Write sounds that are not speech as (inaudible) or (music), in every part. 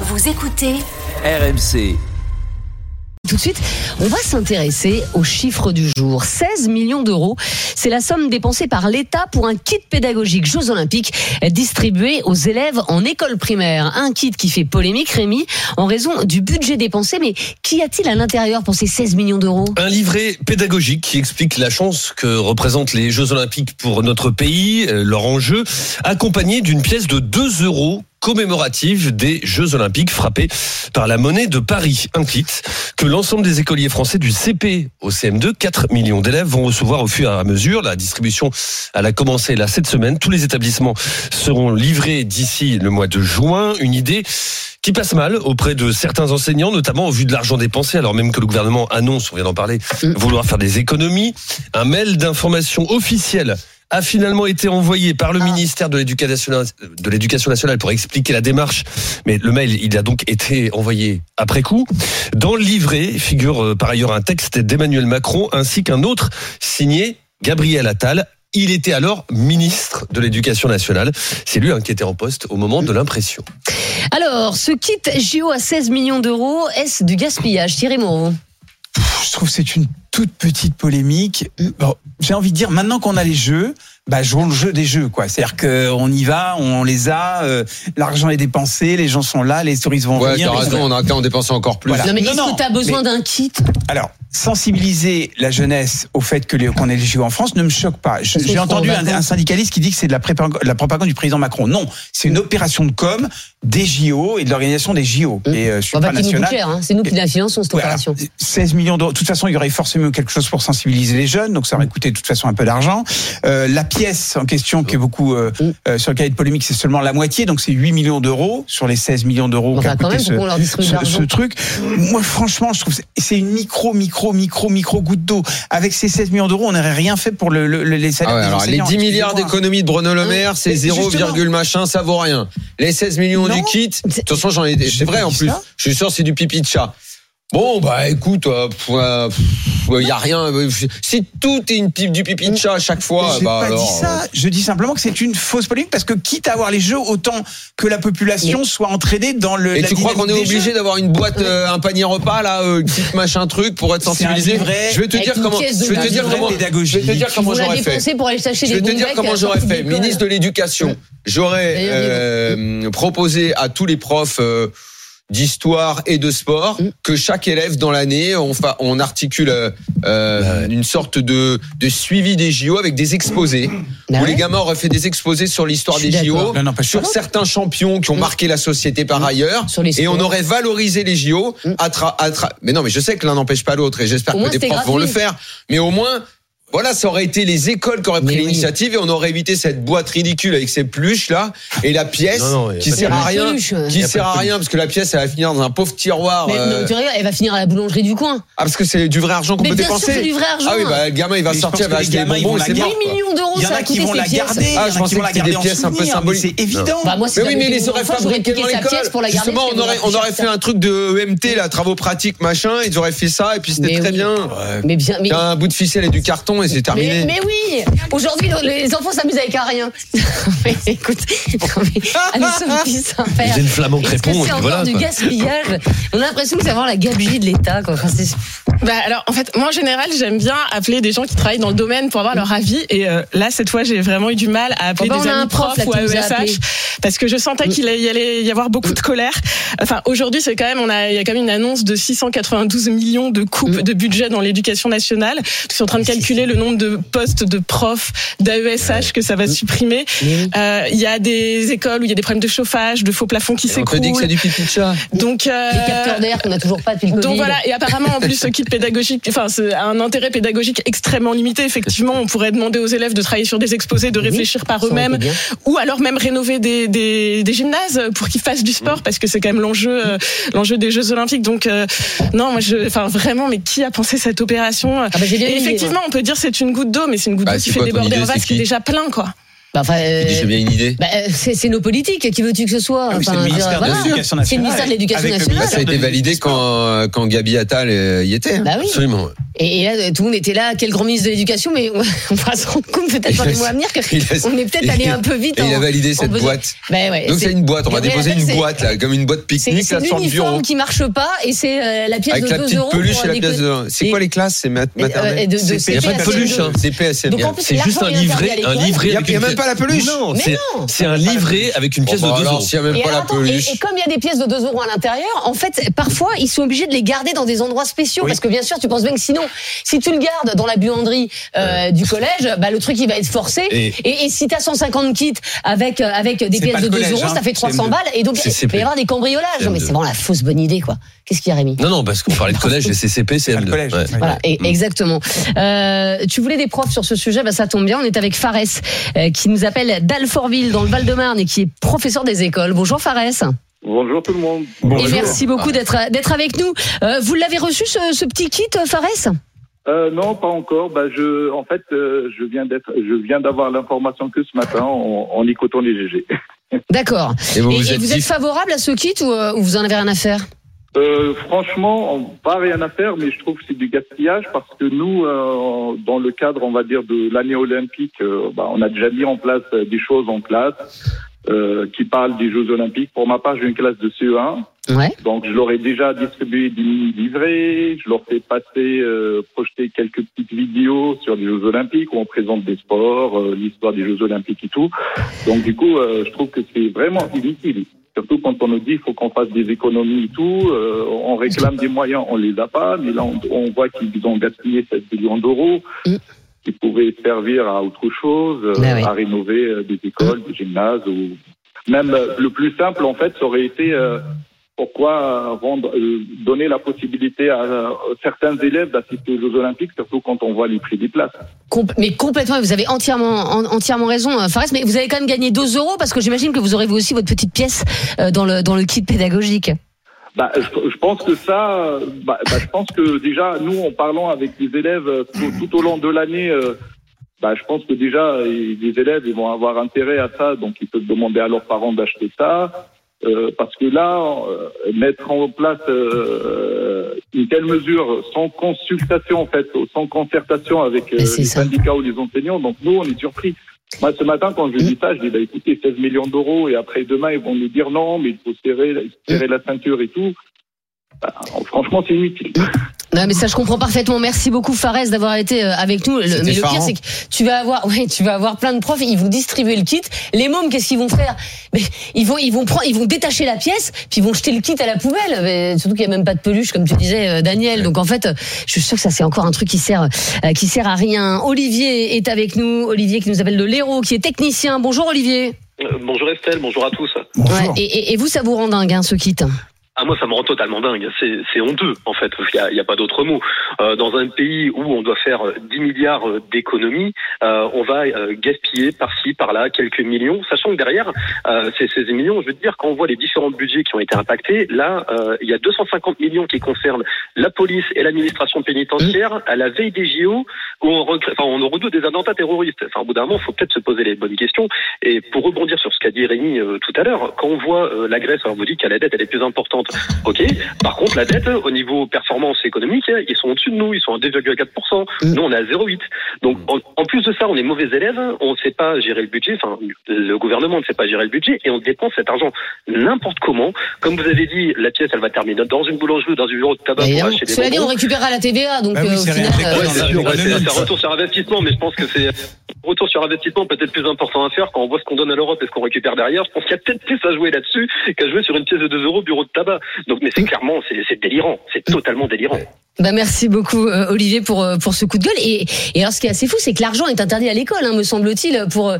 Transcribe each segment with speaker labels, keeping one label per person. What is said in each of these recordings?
Speaker 1: Vous écoutez
Speaker 2: RMC.
Speaker 3: Tout de suite, on va s'intéresser aux chiffres du jour. 16 millions d'euros, c'est la somme dépensée par l'État pour un kit pédagogique Jeux Olympiques distribué aux élèves en école primaire. Un kit qui fait polémique, Rémi, en raison du budget dépensé. Mais qu'y a-t-il à l'intérieur pour ces 16 millions d'euros
Speaker 4: Un livret pédagogique qui explique la chance que représentent les Jeux Olympiques pour notre pays, euh, leur enjeu, accompagné d'une pièce de 2 euros commémorative des Jeux Olympiques frappés par la monnaie de Paris. Un kit que l'ensemble des écoliers français du CP au CM2, 4 millions d'élèves vont recevoir au fur et à mesure. La distribution, elle a commencé là cette semaine. Tous les établissements seront livrés d'ici le mois de juin. Une idée qui passe mal auprès de certains enseignants, notamment au vu de l'argent dépensé, alors même que le gouvernement annonce, on vient d'en parler, vouloir faire des économies. Un mail d'information officielle a finalement été envoyé par le ministère de l'Éducation de l'Éducation nationale pour expliquer la démarche, mais le mail, il a donc été envoyé après coup. Dans le livret figure euh, par ailleurs un texte d'Emmanuel Macron ainsi qu'un autre signé Gabriel Attal. Il était alors ministre de l'Éducation nationale. C'est lui hein, qui était en poste au moment de l'impression.
Speaker 3: Alors, ce kit JO à 16 millions d'euros, est-ce du gaspillage Thierry Moreau
Speaker 5: je trouve que c'est une toute petite polémique. Bon, j'ai envie de dire, maintenant qu'on a les jeux, bah, jouons le jeu des jeux, quoi. C'est-à-dire qu'on y va, on les a, euh, l'argent est dépensé, les gens sont là, les touristes vont
Speaker 6: Ouais,
Speaker 5: venir.
Speaker 6: t'as
Speaker 5: les-
Speaker 6: raison, on a qu'à en dépenser encore plus.
Speaker 5: Voilà.
Speaker 3: Non mais
Speaker 5: Ah. Non,
Speaker 3: est-ce
Speaker 5: non,
Speaker 3: que t'as besoin
Speaker 5: mais-
Speaker 3: d'un kit
Speaker 5: Alors, sensibiliser la jeunesse au fait que les- qu'on ait les JO en France ne me choque pas.
Speaker 3: Parce
Speaker 5: Je-
Speaker 3: qu'ils
Speaker 5: J'ai
Speaker 3: seront
Speaker 5: entendu
Speaker 3: en
Speaker 5: un,
Speaker 3: vacances.
Speaker 5: un syndicaliste qui dit que c'est de la, prépa- de la propagande du président Macron. Non, c'est une opération de com des JO et de l'organisation des JO et euh,
Speaker 3: Bon, bah, qui nous coûte
Speaker 5: supranationale.
Speaker 3: cher, hein. c'est nous qui la finançons cette
Speaker 5: Ouais, alors,
Speaker 3: opération.
Speaker 5: 16 millions d'euros. De toute façon, il y aurait forcément quelque chose pour sensibiliser les jeunes, donc ça
Speaker 6: Mm.
Speaker 5: aurait coûté de toute façon un peu d'argent. Euh, la pièce en question, qui est beaucoup euh,
Speaker 3: Mm.
Speaker 5: euh, sur le cahier de polémique, c'est seulement la moitié, donc c'est 8 millions d'euros sur les 16 millions d'euros
Speaker 3: Enfin,
Speaker 5: qu'a
Speaker 3: quand
Speaker 5: coûté
Speaker 3: même,
Speaker 5: ce,
Speaker 3: faut qu'on leur
Speaker 5: ce,
Speaker 3: distribue de l'argent.
Speaker 5: ce truc. Moi, franchement, je trouve que c'est- c'est une micro, micro, micro, micro goutte d'eau. Avec ces 16 millions d'euros, on n'aurait rien fait pour le, le- le- les
Speaker 6: Ah
Speaker 5: salaires
Speaker 6: ouais,
Speaker 5: des
Speaker 6: alors, les
Speaker 5: enseignants.
Speaker 6: 10 milliards
Speaker 5: Excusez-moi. Mmh,
Speaker 6: d'économies de Bruno Le Maire, c'est
Speaker 5: Mais
Speaker 6: 0,
Speaker 5: justement.
Speaker 6: virgule machin, ça vaut rien. Les 16 millions du
Speaker 5: Non.
Speaker 6: kit, de toute façon, j'en ai, c'est vrai en
Speaker 5: dit
Speaker 6: plus.
Speaker 5: ça
Speaker 6: Je suis sûr, c'est du pipi de chat. Bon, bah, écoute, il y a rien. euh, Si tout est une pipe du pipi de chat à chaque fois,
Speaker 5: J'ai
Speaker 6: bah,
Speaker 5: pas
Speaker 6: alors,
Speaker 5: dit ça. Je dis simplement que c'est une fausse polémique parce que quitte à avoir les jeux, autant que la population soit entraînée dans le.
Speaker 6: Et
Speaker 5: la
Speaker 6: tu crois qu'on
Speaker 5: dynamique
Speaker 6: est
Speaker 5: des jeux.
Speaker 6: obligé d'avoir une boîte, euh, un panier repas là, euh, kit machin truc pour être
Speaker 5: C'est un
Speaker 6: sensibilisé
Speaker 5: livret
Speaker 6: Je vais te
Speaker 3: avec
Speaker 6: dire
Speaker 3: une
Speaker 6: comment.
Speaker 3: caisse de
Speaker 6: Je vais te
Speaker 5: livret
Speaker 6: dire comment. Je vais te
Speaker 5: pédagogique.
Speaker 6: dire
Speaker 3: Ils vont
Speaker 6: comment
Speaker 3: la
Speaker 6: j'aurais fait.
Speaker 3: dépenser pour aller chercher
Speaker 6: Je
Speaker 3: des
Speaker 6: vais te
Speaker 3: bonnes
Speaker 6: dire comment j'aurais fait. Ministre de l'Éducation, j'aurais
Speaker 3: D'ailleurs,
Speaker 6: euh, proposé à tous les profs euh, d'histoire et de sport
Speaker 3: Mm.
Speaker 6: que chaque élève dans l'année, on, fa- on articule euh, euh,
Speaker 5: Bah
Speaker 6: une sorte de, de suivi des JO avec des exposés.
Speaker 3: Bah
Speaker 6: où
Speaker 3: ouais.
Speaker 6: les gamins auraient fait des exposés sur l'histoire
Speaker 3: Je suis
Speaker 6: des JO,
Speaker 3: d'accord. Mm.
Speaker 5: Non, non, pas
Speaker 6: sur
Speaker 5: sûr.
Speaker 6: certains champions qui ont marqué la société par ailleurs.
Speaker 3: Sur les
Speaker 6: et on
Speaker 3: sports. Mm.
Speaker 6: aurait valorisé les JO. À tra- à tra- mais non, mais je sais que l'un n'empêche pas l'autre et j'espère
Speaker 3: Au
Speaker 6: que
Speaker 3: moins,
Speaker 6: des
Speaker 3: c'était
Speaker 6: profs vont le
Speaker 3: gratuit.
Speaker 6: faire. Mais au moins, voilà, ça aurait été les écoles qui auraient pris
Speaker 3: Mais oui.
Speaker 6: l'initiative et on aurait évité cette boîte ridicule avec ces peluches là et la pièce
Speaker 4: Non, non, y a
Speaker 6: qui
Speaker 4: pas de
Speaker 6: sert à
Speaker 3: peluche.
Speaker 6: rien,
Speaker 3: Y a
Speaker 6: qui
Speaker 3: pas de
Speaker 6: sert à rien parce que la pièce elle va finir dans un pauvre tiroir.
Speaker 3: Mais
Speaker 6: euh,
Speaker 3: non, tu rigoles, elle va finir à la boulangerie du coin.
Speaker 6: ah parce que c'est du vrai argent qu'on
Speaker 3: Mais
Speaker 6: peut
Speaker 3: bien sûr,
Speaker 6: dépenser.
Speaker 3: c'est du vrai argent.
Speaker 6: Ah oui, bah le gamin il va
Speaker 5: Mais je pense
Speaker 6: sortir, il
Speaker 5: que les
Speaker 6: va acheter des
Speaker 5: gamins, ils
Speaker 6: bonbons
Speaker 5: vont
Speaker 6: et
Speaker 5: la
Speaker 6: c'est mort.
Speaker 3: 8 millions d'euros,
Speaker 5: Il y en
Speaker 3: ça
Speaker 5: a
Speaker 3: a
Speaker 5: qui
Speaker 3: coûté
Speaker 5: vont
Speaker 3: ces
Speaker 5: la
Speaker 3: pièces.
Speaker 5: garder.
Speaker 6: Ah,
Speaker 5: il y
Speaker 6: je
Speaker 5: en a
Speaker 6: pensais
Speaker 5: qui vont
Speaker 6: que
Speaker 5: la
Speaker 6: c'était
Speaker 5: garder
Speaker 6: des
Speaker 5: en
Speaker 6: pièces un peu
Speaker 5: souvenir, mais
Speaker 6: symboliques.
Speaker 5: C'est évident.
Speaker 3: Bah, moi, si
Speaker 6: Mais oui,
Speaker 3: j'avais
Speaker 6: mais
Speaker 3: été
Speaker 6: les
Speaker 3: mon
Speaker 6: aurait
Speaker 3: enfant, j'aurais
Speaker 6: fabriqués
Speaker 3: piqué
Speaker 6: dans
Speaker 3: sa
Speaker 6: l'école.
Speaker 3: pièce pour la garder,
Speaker 6: Justement,
Speaker 3: parce
Speaker 6: on
Speaker 3: qu'elle
Speaker 6: aurait,
Speaker 3: m'aura
Speaker 6: on
Speaker 3: fait
Speaker 6: aurait
Speaker 3: cher,
Speaker 6: fait
Speaker 3: ça.
Speaker 6: un truc de E EMT, là, travaux pratiques, machin, ils auraient fait ça, et puis c'était
Speaker 3: Mais
Speaker 6: très
Speaker 3: oui.
Speaker 6: bien.
Speaker 3: Mais bien, mais,
Speaker 6: T'as un bout de ficelle et du carton, et c'est terminé.
Speaker 3: mais, mais oui Aujourd'hui, nos- les enfants s'amusent avec un rien. (laughs) mais écoute, non, mais, à nous sommes fils
Speaker 4: Ils
Speaker 3: impairs.
Speaker 4: faisaient une flamand
Speaker 3: Est-ce que
Speaker 4: crépon, et
Speaker 3: c'est
Speaker 4: puis
Speaker 3: encore
Speaker 4: voilà.
Speaker 3: du
Speaker 4: quoi.
Speaker 3: gaspillage On a l'impression que c'est avoir la gabegie de l'État. quoi. Enfin, c'est-
Speaker 7: Bah alors en fait moi en général j'aime bien appeler des gens qui travaillent dans le domaine pour avoir leur avis et euh, là cette fois j'ai vraiment eu du mal à appeler
Speaker 3: Oh bah, on
Speaker 7: des
Speaker 3: a un
Speaker 7: amis
Speaker 3: prof,
Speaker 7: profs
Speaker 3: là,
Speaker 7: ou
Speaker 3: qui nous a appelé.
Speaker 7: AESH parce que je sentais qu'il allait y allait y avoir beaucoup de colère. Enfin aujourd'hui c'est quand même on a il y a quand même une annonce de 692 millions de
Speaker 3: Mm.
Speaker 7: coupes de budget dans l'éducation nationale. Je suis en train de calculer le nombre de postes de profs d'AESH que ça
Speaker 3: Mm.
Speaker 7: va supprimer. Euh, Il y a des écoles où il y a des problèmes de chauffage, de faux plafonds qui
Speaker 6: Et on te dit que
Speaker 7: s'écroulent.
Speaker 6: c'est du pipi de chat.
Speaker 7: Donc euh,
Speaker 3: Les capteurs d'air qu'on n'a toujours pas depuis le Covid.
Speaker 7: donc voilà, et apparemment en plus ce kit pédagogique, enfin c'est un intérêt pédagogique extrêmement limité. Effectivement, on pourrait demander aux élèves de travailler sur des exposés, de réfléchir par
Speaker 3: Ça aurait été
Speaker 7: eux-mêmes,
Speaker 3: bien.
Speaker 7: ou alors même rénover des, des, des gymnases pour qu'ils
Speaker 3: Mm.
Speaker 7: fassent du sport, parce que c'est quand même l'enjeu euh, l'enjeu des Jeux Olympiques. Donc euh, non, moi je, enfin vraiment, mais qui a pensé cette opération
Speaker 3: Ah bah, j'ai bien
Speaker 7: Et
Speaker 3: aimé,
Speaker 7: effectivement, on peut dire c'est une goutte d'eau, mais c'est une goutte
Speaker 6: Bah,
Speaker 7: d'eau
Speaker 6: c'est
Speaker 7: qui fait
Speaker 6: quoi ton
Speaker 7: déborder
Speaker 6: idée,
Speaker 7: un vase
Speaker 6: c'est
Speaker 7: qui
Speaker 6: qui
Speaker 7: est déjà plein, quoi.
Speaker 3: Bah, enfin,
Speaker 6: Il dit, j'ai bien une idée.
Speaker 3: Bah, euh, c'est c'est nos politiques, qui veux-tu que ce soit
Speaker 5: Ah oui, c'est le
Speaker 3: Enfin,
Speaker 5: ministère
Speaker 3: je-
Speaker 5: de
Speaker 3: voilà.
Speaker 5: l'Éducation
Speaker 3: C'est le ministère de
Speaker 5: nationale.
Speaker 3: l'Éducation
Speaker 5: Avec le
Speaker 3: nationale.
Speaker 6: Bah, ça a été validé quand, euh, quand Gabi Attal euh, y était.
Speaker 3: Bah oui.
Speaker 4: Absolument.
Speaker 3: Et, et là, tout le monde était là, quel grand ministre de l'éducation, mais on (laughs) va se rendre compte peut-être dans les mois à venir qu'on est peut-être allé un peu vite.
Speaker 6: Et il
Speaker 3: en-
Speaker 6: a validé cette
Speaker 3: besoin-
Speaker 6: boîte.
Speaker 3: Ben ouais,
Speaker 6: Donc c'est une boîte, on va
Speaker 3: Gabriel
Speaker 6: déposer
Speaker 3: Attal,
Speaker 6: une
Speaker 3: c'est-
Speaker 6: boîte, là, comme une boîte
Speaker 3: C'est
Speaker 6: pique-nique,
Speaker 3: c'est
Speaker 6: là, sur le bureau.
Speaker 3: l'uniforme qui marche pas et c'est euh, la pièce
Speaker 6: Avec
Speaker 3: de
Speaker 6: la
Speaker 3: 2
Speaker 6: petite
Speaker 3: euros.
Speaker 6: peluche
Speaker 3: pour
Speaker 6: et la
Speaker 3: déco-
Speaker 6: pièce de. C'est quoi les classes C'est mat-
Speaker 3: euh, et
Speaker 6: maternelle
Speaker 3: de- de-
Speaker 6: CP,
Speaker 3: CP,
Speaker 6: y a pas de
Speaker 4: CM2.
Speaker 6: peluche. hein. CP,
Speaker 3: Donc, en
Speaker 6: SMR.
Speaker 3: plus,
Speaker 4: C'est juste
Speaker 3: l'argent
Speaker 4: un
Speaker 3: est interdit à
Speaker 4: livret, un
Speaker 3: l'école.
Speaker 4: livret.
Speaker 6: Il y a-
Speaker 4: avec
Speaker 6: il y a
Speaker 4: une
Speaker 6: même
Speaker 4: pièce-
Speaker 6: pas la peluche.
Speaker 4: Non,
Speaker 3: Mais
Speaker 4: c'est
Speaker 3: non.
Speaker 4: c'est un livret avec une pièce de 2 euros.
Speaker 6: S'il n'y a même
Speaker 3: Et,
Speaker 6: pas
Speaker 3: alors,
Speaker 6: la
Speaker 3: attends, et-
Speaker 6: peluche.
Speaker 3: et comme il y a des pièces de 2 euros à l'intérieur, en fait, parfois, ils sont obligés de les garder dans des endroits spéciaux. Parce que bien sûr, tu penses bien que sinon, si tu le gardes dans la buanderie euh, du collège, bah, le truc, il va être forcé. Et,
Speaker 4: Et-
Speaker 3: et si tu as 150 kits avec, euh, avec des
Speaker 5: C'est
Speaker 3: pièces
Speaker 5: pas
Speaker 3: de
Speaker 5: le
Speaker 3: 2
Speaker 5: collège,
Speaker 3: euros,
Speaker 5: hein,
Speaker 3: ça fait 300
Speaker 5: CM2.
Speaker 3: balles. Et donc,
Speaker 4: C'est
Speaker 3: il va y
Speaker 4: CP.
Speaker 3: avoir des cambriolages. Non, mais c'est
Speaker 4: CM2.
Speaker 3: vraiment la fausse bonne idée, quoi. Qu'est-ce qu'il y a, Rémi
Speaker 4: Non, non, parce qu'on parlait de collège, les CCP,
Speaker 5: pas le
Speaker 4: CM2.
Speaker 5: collège.
Speaker 4: Ouais.
Speaker 5: Ouais.
Speaker 3: Voilà, et- exactement. Euh, tu voulais des profs sur ce sujet, bah, ça tombe bien. On est avec Fares, euh, qui nous appelle d'Alfortville, dans le Val-de-Marne, et qui est professeur des écoles. Bonjour Fares.
Speaker 1: Bonjour tout le monde.
Speaker 3: Et merci beaucoup d'être d'être avec nous. Euh, vous l'avez reçu ce, ce petit kit, euh, Fares
Speaker 1: Euh, non, pas encore. Bah, je, en fait, euh, je viens d'être, je viens d'avoir l'information que ce matin on, on y coton les GG.
Speaker 3: D'accord.
Speaker 6: Et vous
Speaker 3: Et,
Speaker 6: vous
Speaker 3: et
Speaker 6: êtes
Speaker 3: vous êtes
Speaker 6: dit.
Speaker 3: favorable à ce kit ou, euh, ou vous en avez rien à faire
Speaker 1: Euh, franchement, on, pas rien à faire, mais je trouve que c'est du gaspillage parce que nous, euh, dans le cadre, on va dire, de l'année olympique, euh, bah, on a déjà mis en place euh, des choses en classe euh, qui parlent des Jeux olympiques. Pour ma part, j'ai une classe de E CE1.
Speaker 6: Euh.
Speaker 3: Ouais.
Speaker 1: Donc je leur ai déjà distribué des mini-livrets, je leur fais passer, euh, projeter quelques petites vidéos sur les Jeux Olympiques où on présente des sports, euh, l'histoire des Jeux Olympiques et tout. Donc du coup, euh, je trouve que c'est vraiment inutile. Surtout quand on nous dit qu'il faut qu'on fasse des économies et tout, euh, on réclame des moyens, on les a pas, mais là on, on voit qu'ils ont gaspillé 7 millions d'euros
Speaker 3: Mm.
Speaker 1: qui pouvaient servir à autre chose, euh,
Speaker 3: Ben oui.
Speaker 1: à rénover euh, des écoles, des gymnases ou même euh, le plus simple en fait, ça aurait été euh, pourquoi euh, rendre, euh, donner la possibilité à euh, certains élèves d'assister aux Jeux Olympiques, surtout quand on voit les prix des places.
Speaker 3: Com- mais complètement, vous avez entièrement, en- entièrement raison, euh, Fares. Mais vous avez quand même gagné 2 euros parce que j'imagine que vous aurez vous aussi votre petite pièce euh, dans le, dans le kit pédagogique.
Speaker 1: Bah, je, je pense que ça, euh, bah, bah, je pense que déjà, nous, en parlant avec les élèves euh, tout, tout au long de l'année, euh, bah, je pense que déjà, euh, les élèves, ils vont avoir intérêt à ça, donc ils peuvent demander à leurs parents d'acheter ça. euh, parce que là, euh, mettre en place euh, une telle mesure sans consultation, en fait, ou sans concertation avec euh,
Speaker 3: Mais c'est
Speaker 1: les
Speaker 3: ça.
Speaker 1: syndicats ou les enseignants, donc nous, on est surpris. Moi, ce matin, quand
Speaker 3: Mmh.
Speaker 1: je dis ça, je dis, bah, écoutez, 16 millions d'euros, et après, demain, ils vont nous dire non, mais il faut serrer, serrer la ceinture et tout. Bah, franchement, c'est
Speaker 3: Mmh.
Speaker 1: inutile.
Speaker 3: Non, mais ça, je comprends parfaitement. Merci beaucoup, Fares, d'avoir été euh, avec nous. Le-
Speaker 6: C'était
Speaker 3: mais le pire,
Speaker 6: effarant.
Speaker 3: c'est que tu vas avoir, (laughs) ouais, tu vas avoir plein de profs. Ils vont distribuer le kit. Les mômes, qu'est-ce qu'ils vont faire Mais ils vont, ils vont prendre, ils vont détacher la pièce, puis ils vont jeter le kit à la poubelle. Mais surtout qu'il y a même pas de peluche, comme tu disais, euh, Daniel. Donc en fait, euh, je suis sûr que ça, c'est encore un truc qui sert, euh, qui sert à rien. Olivier est avec nous. Olivier qui nous appelle de l'Hérault, qui est technicien. Bonjour, Olivier.
Speaker 2: Euh, Bonjour Estelle, bonjour à tous.
Speaker 5: Bonjour.
Speaker 3: Ouais, et, et- et vous, ça vous rend dingue hein, ce kit
Speaker 2: Ah, moi, ça me rend totalement dingue. C'est c'est honteux, en fait. Il n'y a, il y a pas d'autre mot. Euh, dans un pays où on doit faire euh, 10 milliards euh, d'économies, euh, on va euh, gaspiller par-ci, par-là, quelques millions. Sachant que derrière euh, ces 16 millions, je veux dire, quand on voit les différents budgets qui ont été impactés, là, euh, il y a 250 millions qui concernent la police et l'administration pénitentiaire à la veille des JO, où on, recrée- enfin, on redoute des attentats terroristes. Enfin, au bout d'un moment, il faut peut-être se poser les bonnes questions. Et pour rebondir sur ce qu'a dit Rémi euh, tout à l'heure, quand on voit euh, la Grèce, alors vous dites qu'à la dette, elle est plus importante. (laughs) Ok. Par contre, la dette, euh, au niveau performance économique, euh, ils sont au-dessus de nous. Ils sont à 2,4%. Nous, on est à 0,8. Donc, en, en plus de ça, on est mauvais élèves. On ne sait pas gérer le budget. Enfin, le gouvernement ne sait pas gérer le budget et on dépense cet argent n'importe comment. Comme vous avez dit, la pièce, elle va terminer dans une boulangerie, ou dans une bureau de tabac pour
Speaker 3: Évidemment.
Speaker 2: acheter des
Speaker 3: Cela dit, on
Speaker 2: bonbons.
Speaker 3: récupérera la TVA, donc
Speaker 5: Bah oui,
Speaker 3: euh, au
Speaker 5: c'est
Speaker 3: final.
Speaker 5: rien.
Speaker 3: euh,
Speaker 2: Ouais, c'est sûr,
Speaker 5: Ouais, c'est
Speaker 2: ouais,
Speaker 5: économique,
Speaker 2: c'est un
Speaker 5: ça.
Speaker 2: retour sur investissement, mais je pense que c'est retour sur investissement peut-être plus important à faire quand on voit ce qu'on donne à l'Europe et ce qu'on récupère derrière. Je pense qu'il y a peut-être plus à jouer là-dessus qu'à jouer sur une pièce de 2 euros bureau de tabac. Donc, mais c'est clairement, c'est c'est délirant, c'est totalement délirant.
Speaker 3: Bah merci beaucoup euh, Olivier pour euh, pour ce coup de gueule et et alors ce qui est assez fou c'est que l'argent est interdit à l'école hein, me semble-t-il pour euh,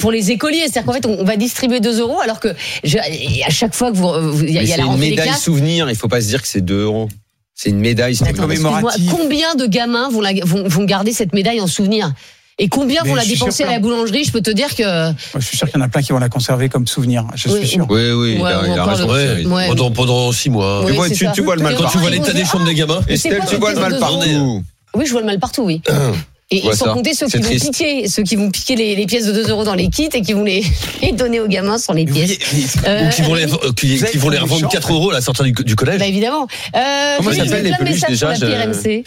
Speaker 3: pour les écoliers c'est-à-dire qu'en fait on, on va distribuer 2 euros alors que je- et à chaque fois que vous vous- il y a,
Speaker 6: Mais
Speaker 3: il y a
Speaker 6: c'est
Speaker 3: la
Speaker 6: une
Speaker 3: rentrée des
Speaker 6: médaille
Speaker 3: classes
Speaker 6: souvenir, il faut pas se dire que c'est 2 euros. C'est une médaille souvenir.
Speaker 3: Attends, excuse-moi,
Speaker 5: commémorative.
Speaker 3: combien de gamins vont la vont, vont garder cette médaille en souvenir et combien
Speaker 5: Mais
Speaker 3: vont la
Speaker 5: je suis
Speaker 3: dépenser
Speaker 5: sûr
Speaker 3: à la
Speaker 5: plein.
Speaker 3: boulangerie je peux te dire que
Speaker 5: Moi, je suis sûr qu'il y en a plein qui vont la conserver comme souvenir. Je
Speaker 3: Oui,
Speaker 5: suis sûr.
Speaker 6: Oui, oui, il
Speaker 3: Ouais,
Speaker 6: a-
Speaker 3: ou
Speaker 6: il a
Speaker 3: encore
Speaker 6: raison.
Speaker 3: le-
Speaker 4: Ouais,
Speaker 3: Ouais.
Speaker 4: pendant, pendant six mois.
Speaker 3: Oui,
Speaker 6: vois-
Speaker 3: c'est
Speaker 6: tu-
Speaker 3: ça.
Speaker 6: tu vois le mal
Speaker 3: Et
Speaker 4: Quand tu
Speaker 3: on
Speaker 4: vois
Speaker 3: arrive, on
Speaker 4: l'état
Speaker 3: se dit,
Speaker 4: des chambres des gamins,
Speaker 3: Mais c'est
Speaker 6: Estelle,
Speaker 3: quoi
Speaker 6: tu
Speaker 3: la
Speaker 6: vois le
Speaker 3: pièce de
Speaker 6: mal partout.
Speaker 3: Oui, je vois le mal partout,
Speaker 6: (clears throat)
Speaker 3: oui. Et, et
Speaker 6: Ouais,
Speaker 3: sans
Speaker 6: ça,
Speaker 3: compter ceux qui
Speaker 6: c'est
Speaker 3: vont
Speaker 6: triste.
Speaker 3: piquer, ceux qui vont piquer les, les pièces de 2 euros dans les kits et qui vont les, (laughs) les donner aux gamins sans les
Speaker 5: Mais
Speaker 3: pièces.
Speaker 5: oui, mais-
Speaker 3: Euh,
Speaker 4: ou qui vont les, euh, qui,
Speaker 5: Vous
Speaker 4: qui vont
Speaker 5: êtes
Speaker 4: les
Speaker 5: des
Speaker 4: revendre
Speaker 5: méchants.
Speaker 4: 4 euros à la sortie du, du collège.
Speaker 3: Bah évidemment. Euh,
Speaker 6: Comment
Speaker 3: Philippe,
Speaker 6: s'appellent
Speaker 3: j'ai
Speaker 6: les
Speaker 3: plein de
Speaker 6: peluches
Speaker 3: messages
Speaker 6: déjà,
Speaker 3: sur l'appli
Speaker 6: je-
Speaker 3: RMC.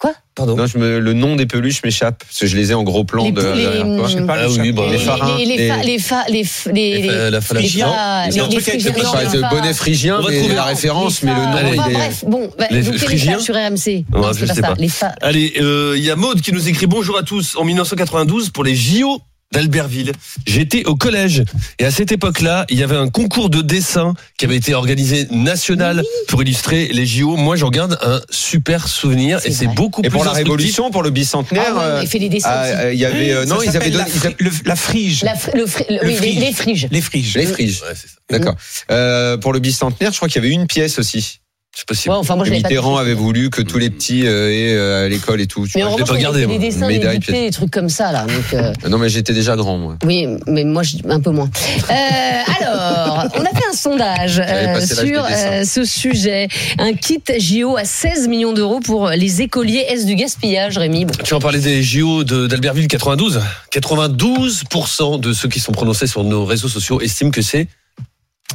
Speaker 3: Quoi
Speaker 4: Pardon.
Speaker 6: Non, je me, le nom des peluches m'échappe parce que je les ai en gros plan
Speaker 3: Les
Speaker 6: de la
Speaker 3: poulets,
Speaker 6: dernière fois.
Speaker 3: je sais
Speaker 5: pas,
Speaker 4: Ah
Speaker 5: le
Speaker 4: oui,
Speaker 5: chapeau.
Speaker 4: bah,
Speaker 3: Les-
Speaker 6: Les pharaons,
Speaker 3: les- les fa-
Speaker 6: les-
Speaker 3: les fa- les f- les-
Speaker 4: Les fa- la
Speaker 3: les
Speaker 4: phalagie,
Speaker 3: fa-
Speaker 4: non
Speaker 3: les-
Speaker 4: Non,
Speaker 3: les
Speaker 4: le truc avec
Speaker 3: phrygiens,
Speaker 4: le
Speaker 6: Enfin,
Speaker 3: les
Speaker 6: le
Speaker 3: fa-
Speaker 6: bonnet phrygien,
Speaker 4: On va
Speaker 6: mais
Speaker 4: trouver.
Speaker 6: la référence,
Speaker 3: les
Speaker 6: mais le nom.
Speaker 3: fa-
Speaker 4: il
Speaker 3: enfin,
Speaker 6: est-
Speaker 3: bref, bon, bah,
Speaker 4: Les
Speaker 3: donc, les
Speaker 4: phrygiens
Speaker 3: fa- sur RMC.
Speaker 4: Ouais,
Speaker 3: Non,
Speaker 4: je
Speaker 3: c'est pas
Speaker 4: sais
Speaker 3: ça.
Speaker 4: pas.
Speaker 3: Les fa-
Speaker 4: Allez, euh, il y a Maude qui nous écrit Bonjour à tous. En 1992, pour les JO d'Albertville, j'étais au collège. Et à cette époque-là, il y avait un concours de dessin qui avait été organisé national pour illustrer les JO. Moi, j'en garde un super souvenir
Speaker 3: C'est
Speaker 4: et c'est
Speaker 3: vrai.
Speaker 4: beaucoup
Speaker 6: Et
Speaker 4: plus
Speaker 6: pour la
Speaker 4: instructif.
Speaker 6: Révolution, pour le bicentenaire,
Speaker 3: Ah ouais,
Speaker 6: euh,
Speaker 3: mais il fait des dessins
Speaker 6: ah,
Speaker 3: aussi.
Speaker 6: euh, il y avait euh,
Speaker 5: Ça
Speaker 6: non, ils avaient
Speaker 5: s'appelle
Speaker 6: donné,
Speaker 5: la,
Speaker 6: ils
Speaker 5: fri-
Speaker 6: avaient-
Speaker 5: le- la frige.
Speaker 3: La fr- le fr- le-
Speaker 5: Le
Speaker 3: oui, les-
Speaker 5: frige.
Speaker 3: les friges.
Speaker 5: Les friges.
Speaker 6: les friges.
Speaker 4: Ouais, c'est ça.
Speaker 6: D'accord. Euh, pour le bicentenaire, je crois qu'il y avait une pièce aussi.
Speaker 4: C'est possible.
Speaker 3: Ouais, enfin, moi, je l'avais pas
Speaker 6: Mitterrand avait voulu que tous les
Speaker 4: Mm.
Speaker 6: petits euh, aient euh, à l'école et tout. tu
Speaker 3: Mais en
Speaker 6: vois.
Speaker 4: l'ai
Speaker 3: revanche,
Speaker 4: pas
Speaker 3: il y
Speaker 4: gardé,
Speaker 3: avait
Speaker 4: moi.
Speaker 3: des dessins, des
Speaker 6: Médaille,
Speaker 3: dictées,
Speaker 6: pièce.
Speaker 3: des trucs comme ça, là. Donc, euh,
Speaker 6: Non, mais j'étais déjà grand, moi.
Speaker 3: Oui, mais moi, je- un peu moins. Euh, alors, on a fait un sondage
Speaker 6: J'avais
Speaker 3: euh,
Speaker 6: passé
Speaker 3: sur
Speaker 6: l'âge des dessins.
Speaker 3: euh, ce sujet. Un kit JO à 16 millions d'euros pour les écoliers. Est-ce du gaspillage, Rémi Bon.
Speaker 4: Tu en parlais des JO de- d'Albertville 92. 92% de ceux qui sont prononcés sur nos réseaux sociaux estiment que c'est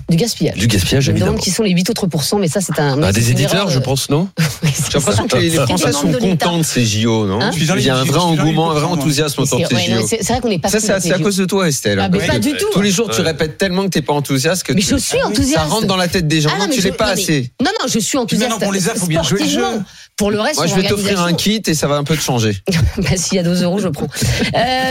Speaker 3: Du gaspillage.
Speaker 4: du gaspillage,
Speaker 3: Je me
Speaker 4: évidemment.
Speaker 3: demande qui sont les 8 autres pourcents, mais ça, c'est un.
Speaker 6: Ah,
Speaker 4: Bah,
Speaker 3: c'est
Speaker 4: des
Speaker 3: une
Speaker 4: éditeurs,
Speaker 3: erreur,
Speaker 4: je
Speaker 3: euh,
Speaker 4: pense, non
Speaker 3: oui, c'est
Speaker 6: J'ai l'impression
Speaker 3: ça.
Speaker 6: que les, les Français sont
Speaker 3: Indépendant de l'État.
Speaker 6: contents de ces JO, non
Speaker 3: Hein
Speaker 5: Je suis dans
Speaker 6: Il y a
Speaker 5: les-
Speaker 6: un
Speaker 5: je
Speaker 6: vrai
Speaker 5: suis dans les
Speaker 6: engouement, un vrai
Speaker 5: pourcents, moi.
Speaker 6: enthousiasme
Speaker 3: C'est
Speaker 6: autour de ces
Speaker 3: ouais, non,
Speaker 6: JO.
Speaker 3: mais c'est- c'est vrai qu'on n'est pas
Speaker 6: Ça,
Speaker 3: fous
Speaker 6: c'est à,
Speaker 3: des
Speaker 6: c'est à
Speaker 3: JO.
Speaker 6: cause de toi, Estelle.
Speaker 3: Ah, mais pas
Speaker 6: Parce
Speaker 3: du
Speaker 6: que
Speaker 3: tout.
Speaker 6: Tous les jours, tu
Speaker 4: Ouais.
Speaker 6: répètes tellement que t'es pas enthousiaste que
Speaker 3: Mais
Speaker 6: tu- Ah,
Speaker 3: je suis enthousiaste.
Speaker 6: ça rentre dans la tête des gens.
Speaker 3: Ah,
Speaker 6: non,
Speaker 3: mais
Speaker 6: tu
Speaker 3: je-
Speaker 6: l'es pas
Speaker 3: non, mais-
Speaker 6: assez.
Speaker 3: Non, non, je suis enthousiaste.
Speaker 5: Maintenant qu'on les a, faut bien jouer le jeu.
Speaker 3: sportivement. Pour le reste,
Speaker 6: Moi, je
Speaker 3: sur (laughs)
Speaker 6: vais t'offrir un
Speaker 3: l'organisation.
Speaker 6: kit et ça va un peu te changer.
Speaker 3: Bah, S'il y a 12 euros, je prends. Euh,